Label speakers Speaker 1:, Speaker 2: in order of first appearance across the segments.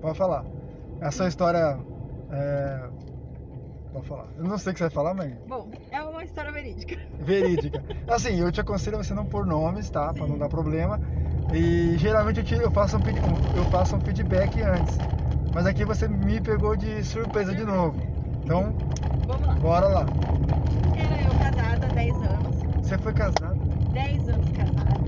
Speaker 1: Pode falar. Essa história. É... Pode falar. Eu não sei o que você vai falar, mas.
Speaker 2: Bom, é uma história verídica.
Speaker 1: Verídica. Assim, eu te aconselho a você não pôr nomes, tá? Pra não dar problema. E geralmente eu, tiro, eu, faço um, feed- eu faço um feedback antes. Mas aqui você me pegou de surpresa de novo. Então,
Speaker 2: Vamos lá.
Speaker 1: bora lá.
Speaker 2: Era eu casada há 10 anos.
Speaker 1: Você foi casado?
Speaker 2: 10 anos casada,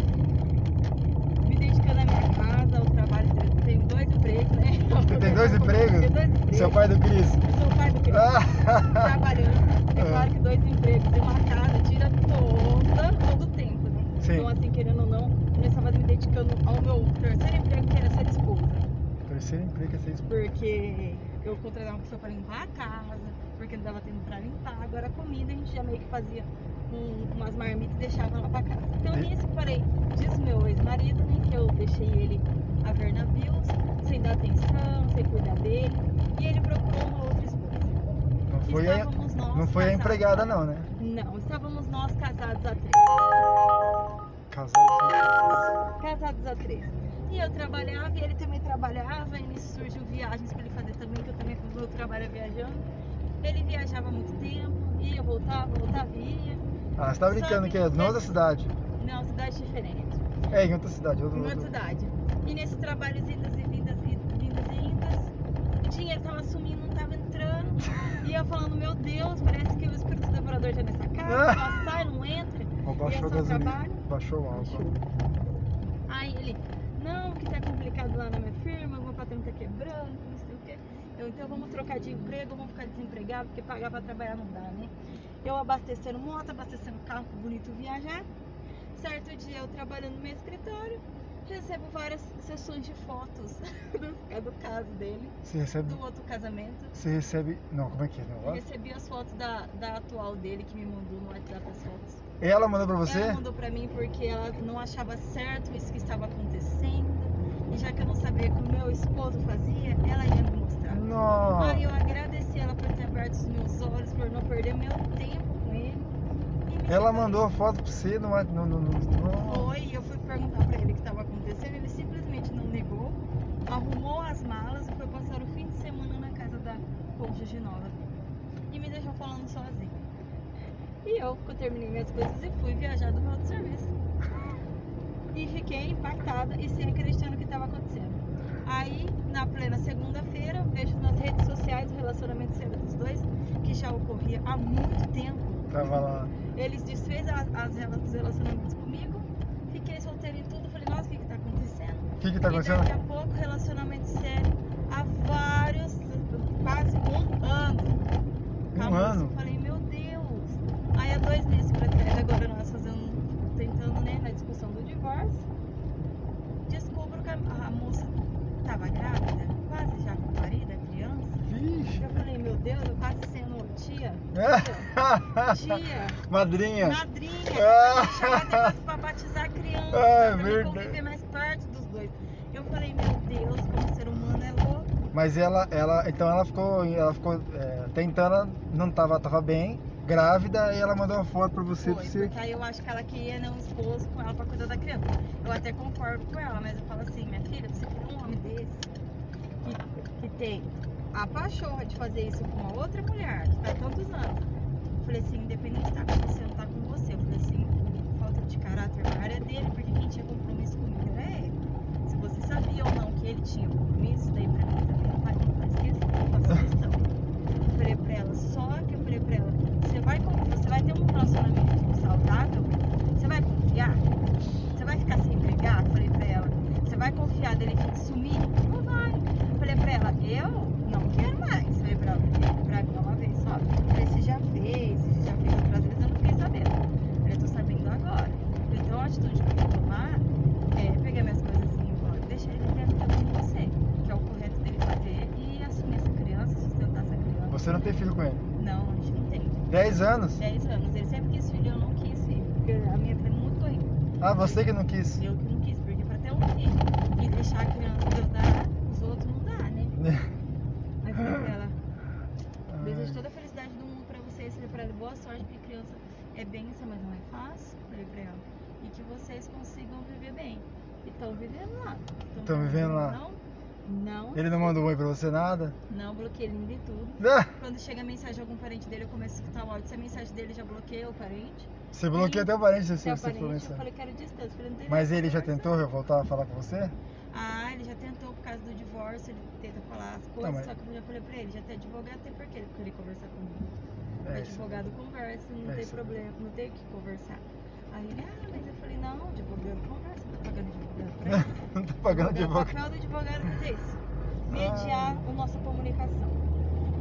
Speaker 2: me dedicando à minha casa, ao trabalho, tenho dois empregos, né?
Speaker 1: Você tem dois empregos?
Speaker 2: Tenho dois empregos.
Speaker 1: Seu pai do Cris?
Speaker 2: Eu sou o pai do Cris.
Speaker 1: Ah,
Speaker 2: Trabalhando, é
Speaker 1: Ah.
Speaker 2: claro que dois empregos e uma casa tira toda, todo o tempo, né?
Speaker 1: Sim.
Speaker 2: Então, assim, querendo ou não, eu estava me dedicando ao meu terceiro emprego, que era ser esposa.
Speaker 1: Terceiro emprego é ser esposa.
Speaker 2: Porque eu contratava uma pessoa para limpar a casa, porque não dava tempo para limpar. Agora a comida a gente já meio que fazia um- umas marmitas e deixava lá para casa. Então
Speaker 1: E-
Speaker 2: nem separei disso meu ex-marido, né? Que eu deixei ele a ver navios, sem dar atenção, sem cuidar dele. E ele procurou uma outra esposa.
Speaker 1: Não
Speaker 2: Que
Speaker 1: foi, a,
Speaker 2: estávamos nós
Speaker 1: não foi a
Speaker 2: casados.
Speaker 1: empregada, não, né?
Speaker 2: Não, estávamos nós casados a três.
Speaker 1: Casado.
Speaker 2: Casados a três. E eu trabalhava e ele também trabalhava, e nisso surgiu viagens para ele fazer também, que eu também fiz meu trabalho viajando. Ele viajava há muito tempo, ia, voltava, voltava e ia.
Speaker 1: Ah, você tá brincando que é em outra cidade.
Speaker 2: Não, cidade diferente.
Speaker 1: É, em outra cidade. Outro,
Speaker 2: Em outra
Speaker 1: outro-
Speaker 2: cidade. E nesses trabalhos idas e vindas, idas vindas e vindas, o dinheiro tava sumindo, não tava entrando. E eu falando, meu Deus, parece que o espírito devorador já é nessa casa, só sai, não entra.
Speaker 1: Ó, baixou a
Speaker 2: E é só
Speaker 1: gasolina.
Speaker 2: trabalho?
Speaker 1: Baixou o álcool.
Speaker 2: Aí ele, não, que tá complicado lá na minha firma, meu patrão tá quebrando, não sei o quê. Eu, então vamos trocar de emprego, vamos ficar desempregado, porque pagar pra trabalhar não dá, né? Eu abastecendo moto, abastecendo carro, bonito viajar. Certo dia eu trabalhando no meu escritório, recebo várias sessões de fotos do, do caso dele,
Speaker 1: Você recebe.
Speaker 2: do outro casamento.
Speaker 1: Você recebe. Não, como é que é?
Speaker 2: Eu
Speaker 1: Não,
Speaker 2: recebi as fotos da, da atual dele que me mandou no WhatsApp as fotos.
Speaker 1: ela mandou pra você?
Speaker 2: Ela mandou pra mim porque ela não achava certo isso que estava acontecendo. E já que eu não sabia como meu esposo fazia, ela ia me mostrar.
Speaker 1: Nossa.
Speaker 2: Aí eu agradeci ela por ter aberto os meus olhos, por não perder meu tempo com ele. E me
Speaker 1: Ela
Speaker 2: separei.
Speaker 1: mandou a foto pra você no. no, no, no, no...
Speaker 2: Foi, e eu fui perguntar pra ele o que estava acontecendo, ele simplesmente não negou, arrumou as malas e foi passar o fim de semana na casa da cônjuge nova. E me deixou falando sozinha. E eu, que eu terminei minhas coisas e fui viajar do meu outro serviço. E fiquei impactada e sem acreditar no que estava acontecendo. Aí, na plena segunda-feira, vejo nas redes sociais o relacionamento sério dos dois, que já ocorria há muito tempo.
Speaker 1: Tava lá.
Speaker 2: Eles desfez as, as rela- os relacionamentos comigo, fiquei solteira em tudo, falei, nossa, o que que tá acontecendo?
Speaker 1: O que que tá
Speaker 2: E
Speaker 1: acontecendo?
Speaker 2: daqui a pouco, relacionamento sério, há vários, quase um ano.
Speaker 1: Um
Speaker 2: Acabou isso.
Speaker 1: ano.
Speaker 2: Falei, meu Deus. Aí há dois meses pra trás, agora nós fazendo, tentando, né, na discussão do divórcio, descubro que a, a moça tava grávida, quase já com o marido, a criança.
Speaker 1: Vixe.
Speaker 2: Eu falei, meu Deus, eu quase sendo tia, tia.
Speaker 1: Madrinha.
Speaker 2: Madrinha,
Speaker 1: Ah.
Speaker 2: chamar depois pra batizar a criança,
Speaker 1: Ah,
Speaker 2: pra também
Speaker 1: verdade.
Speaker 2: conviver é mais perto dos dois. Eu falei, meu Deus, como o ser humano é louco.
Speaker 1: Mas ela, ela, então ela ficou, ela ficou é, tentando, não tava, tava bem, grávida, e ela mandou uma foto pra você, pra
Speaker 2: Foi,
Speaker 1: você.
Speaker 2: porque aí eu acho que ela queria né, um esposo com ela pra cuidar da criança. Eu até concordo com ela, mas eu falo assim, minha filha, você quer um homem desse que, que tem a pachorra de fazer isso com uma outra mulher, que tá há tantos anos. Eu falei assim, independente de estar com você ou não tá com você. Eu falei assim, falta de caráter na área dele, porque quem tinha compromisso comigo era ele. Se você sabia ou não que ele tinha compromisso, daí pra mim também não faz, não faz questão, não faz questão. Eu falei pra ela, só que eu falei pra ela, você vai, con- você vai ter um relacionamento saudável? Você vai confiar? Você vai ficar sem brigar? Eu Falei pra ela, você vai confiar dele que sumir? Não vai. Eu Falei pra ela, eu não quero mais. Eu Falei pra ela, "Ele pra mim é uma vez só. Eu Falei, você já fez, você já fez outras vezes, eu não fiquei sabendo. Eu Falei, tô sabendo agora. Então a atitude que eu vou tomar é pegar minhas coisas e ir embora. Deixar ele viver a vida dele com você, que é o correto dele fazer e assumir essa criança, sustentar essa criança.
Speaker 1: Você não tem filho com ele.
Speaker 2: Não, a gente não tem.
Speaker 1: 10 anos?
Speaker 2: 10 anos. Ele sempre quis filho, eu não quis filho. Porque a minha foi muito corrida.
Speaker 1: Ah, você que não quis.
Speaker 2: Eu que não quis, porque pra ter um filho e deixar a criança Deus dá, os outros não dá, né? Aí eu falei pra ela, desejo toda a felicidade do mundo pra vocês, falei pra ela, boa sorte, porque criança é benção, mas não é fácil. Falei pra ela. E que vocês consigam viver bem. E estão vivendo lá.
Speaker 1: Tão vivendo lá.
Speaker 2: Não, não
Speaker 1: Ele não mandou um oi pra você nada?
Speaker 2: Não, bloqueei ele de tudo.
Speaker 1: Ah,
Speaker 2: Quando chega mensagem de algum parente dele, eu começo a escutar o áudio. Se a mensagem dele já bloqueia o parente.
Speaker 1: Você bloqueia até o parente assim, se
Speaker 2: Se é
Speaker 1: você for
Speaker 2: o parente, eu
Speaker 1: influenciar.
Speaker 2: falei que era distância. eu Falei, não tem
Speaker 1: Mas
Speaker 2: nada
Speaker 1: ele já
Speaker 2: pra conversar.
Speaker 1: tentou voltar a falar com você?
Speaker 2: Ah, ele já tentou por causa do divórcio, ele tenta falar as coisas,
Speaker 1: mas-
Speaker 2: só que eu já falei pra ele, já tem advogado, tem porquê ele querer conversar comigo.
Speaker 1: É, isso.
Speaker 2: advogado conversa, não
Speaker 1: é
Speaker 2: tem
Speaker 1: isso.
Speaker 2: problema, não tem o que conversar. Aí ele, ah, mas eu falei, não, advogado conversa, tá pagando advogado pra isso.
Speaker 1: Não tá pagando
Speaker 2: Advogado- O
Speaker 1: advogado. Ah.
Speaker 2: papel do advogado é fazer isso, mediar a nossa comunicação.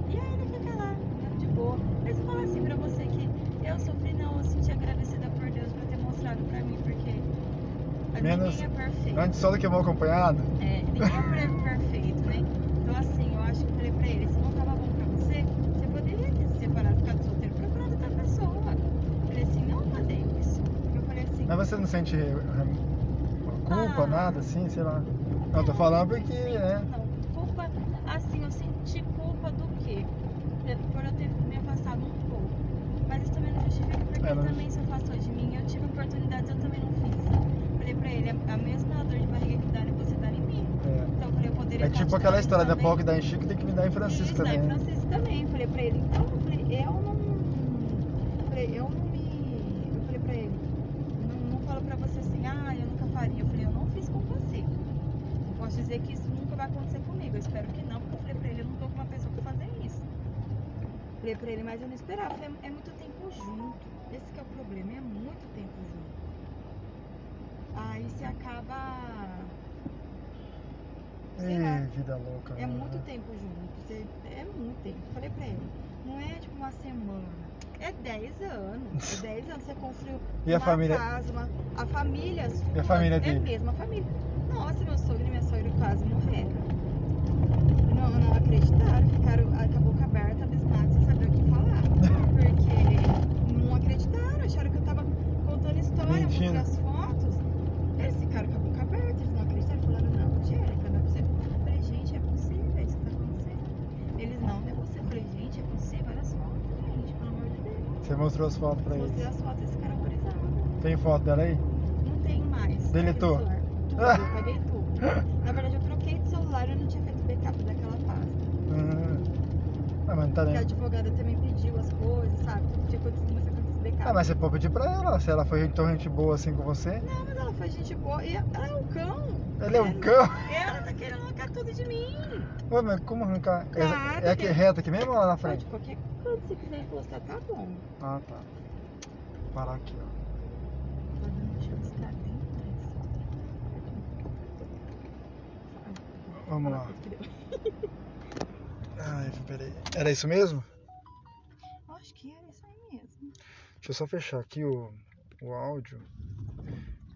Speaker 2: E aí ele fica lá, né, de boa. Mas eu falo assim pra você que eu sofri, não, eu senti agradecida por Deus por ter mostrado pra mim, porque
Speaker 1: Menos-
Speaker 2: ninguém é perfeito.
Speaker 1: Antes só do que mal acompanhado?
Speaker 2: É, ninguém é pre- perfeito, né? Então assim, eu acho que eu falei pra ele, se não tava bom pra você, você poderia ter se separado, ficado solteiro, procurado outra pessoa. Eu falei assim, não fazer isso. Eu falei assim,
Speaker 1: Mas você não sente eh, eh, culpa,
Speaker 2: Ah.
Speaker 1: nada assim, sei lá. Não, tô falando porque,
Speaker 2: sinto,
Speaker 1: né?
Speaker 2: Não, culpa, assim, eu senti culpa do quê? Por- Por eu ter me afastado um pouco. Mas isso também não justifica porque
Speaker 1: É,
Speaker 2: ele
Speaker 1: não
Speaker 2: também se afastou de mim. Eu tive oportunidades, eu também não fiz. Falei pra ele, "É a a mesma dor de barriga que dá em você dá em mim.
Speaker 1: É.
Speaker 2: Então eu falei, eu poderia
Speaker 1: É
Speaker 2: estar
Speaker 1: tipo
Speaker 2: te
Speaker 1: aquela
Speaker 2: dando
Speaker 1: história da
Speaker 2: também.
Speaker 1: pau que dá em Chico tem que me dar em Francisco
Speaker 2: Isso, daí
Speaker 1: também. né?
Speaker 2: Francisco é também. Falei pra ele, então, eu falei, eu não. Falei, eu não me. Eu falei pra ele, não, não falo pra você assim, ah, eu nunca faria. Eu falei, eu não fiz com você. Não posso dizer que isso nunca vai acontecer comigo. Eu espero que não, porque eu falei pra ele, eu não tô com uma pessoa pra fazer isso. Falei pra ele, mas eu não esperava. Falei, é muito tempo junto. Esse que é o problema, é muito tempo junto. Aí você acaba. sei lá.
Speaker 1: Ih, vida louca.
Speaker 2: É
Speaker 1: né?
Speaker 2: muito tempo junto. você- É muito tempo. Falei pra ele. Não é tipo uma semana. É 10 anos. É 10 anos você construiu
Speaker 1: E a
Speaker 2: uma
Speaker 1: família?
Speaker 2: casa, uma- a família sua.
Speaker 1: E a família
Speaker 2: É
Speaker 1: dele?
Speaker 2: mesmo, a família. Nossa, meu sogro e minha sogra quase morreram. Não, não acreditaram. Ficaram ah, com a boca aberta, abismados, sem saber o que falar. Porque não acreditaram. Acharam que eu tava contando história,
Speaker 1: Mentira.
Speaker 2: mostrei as fotos. Eles ficaram com a boca aberta, eles não acreditaram. Falaram, não, Jérica, não é possível. Eu falei, gente, é possível, é isso que tá acontecendo. Eles, não, não é possível. Eu falei, gente, é possível, olha as fotos, gente, pelo amor de Deus.
Speaker 1: Você mostrou as fotos pra
Speaker 2: Mostrei
Speaker 1: ele.
Speaker 2: as fotos desse cara horrorizado.
Speaker 1: Tem foto dela aí?
Speaker 2: Não tenho mais.
Speaker 1: Deletou?
Speaker 2: Aquele celular. Tudo, eu paguei tudo. Na verdade, eu troquei de celular eu não tinha feito backup daquela pasta.
Speaker 1: Uhum. Ah, mas não tá nem.
Speaker 2: Porque a advogada também pediu as coisas, sabe? Tudo tinha acontecido, mas eu fiz backup.
Speaker 1: Ah, mas você pode pedir pra ela, se ela foi tão gente boa assim com você.
Speaker 2: Não, mas ela foi gente boa. E ela é um cão.
Speaker 1: Ele é um cão.
Speaker 2: Ela tá querendo arrancar tudo de mim.
Speaker 1: Ô, mas como arrancar? É-
Speaker 2: Nada,
Speaker 1: é aqui,
Speaker 2: tem-
Speaker 1: reta aqui mesmo ou lá na
Speaker 2: Pode
Speaker 1: frente?
Speaker 2: qualquer coisa que você quiser encostar, tá bom.
Speaker 1: Ah, tá. Parar aqui, ó.
Speaker 2: Tá dando deixa eu buscar bem atrás.
Speaker 1: Vamos lá. Ai, peraí. Era isso mesmo?
Speaker 2: Eu Acho que era isso aí mesmo.
Speaker 1: Deixa eu só fechar aqui o, o áudio.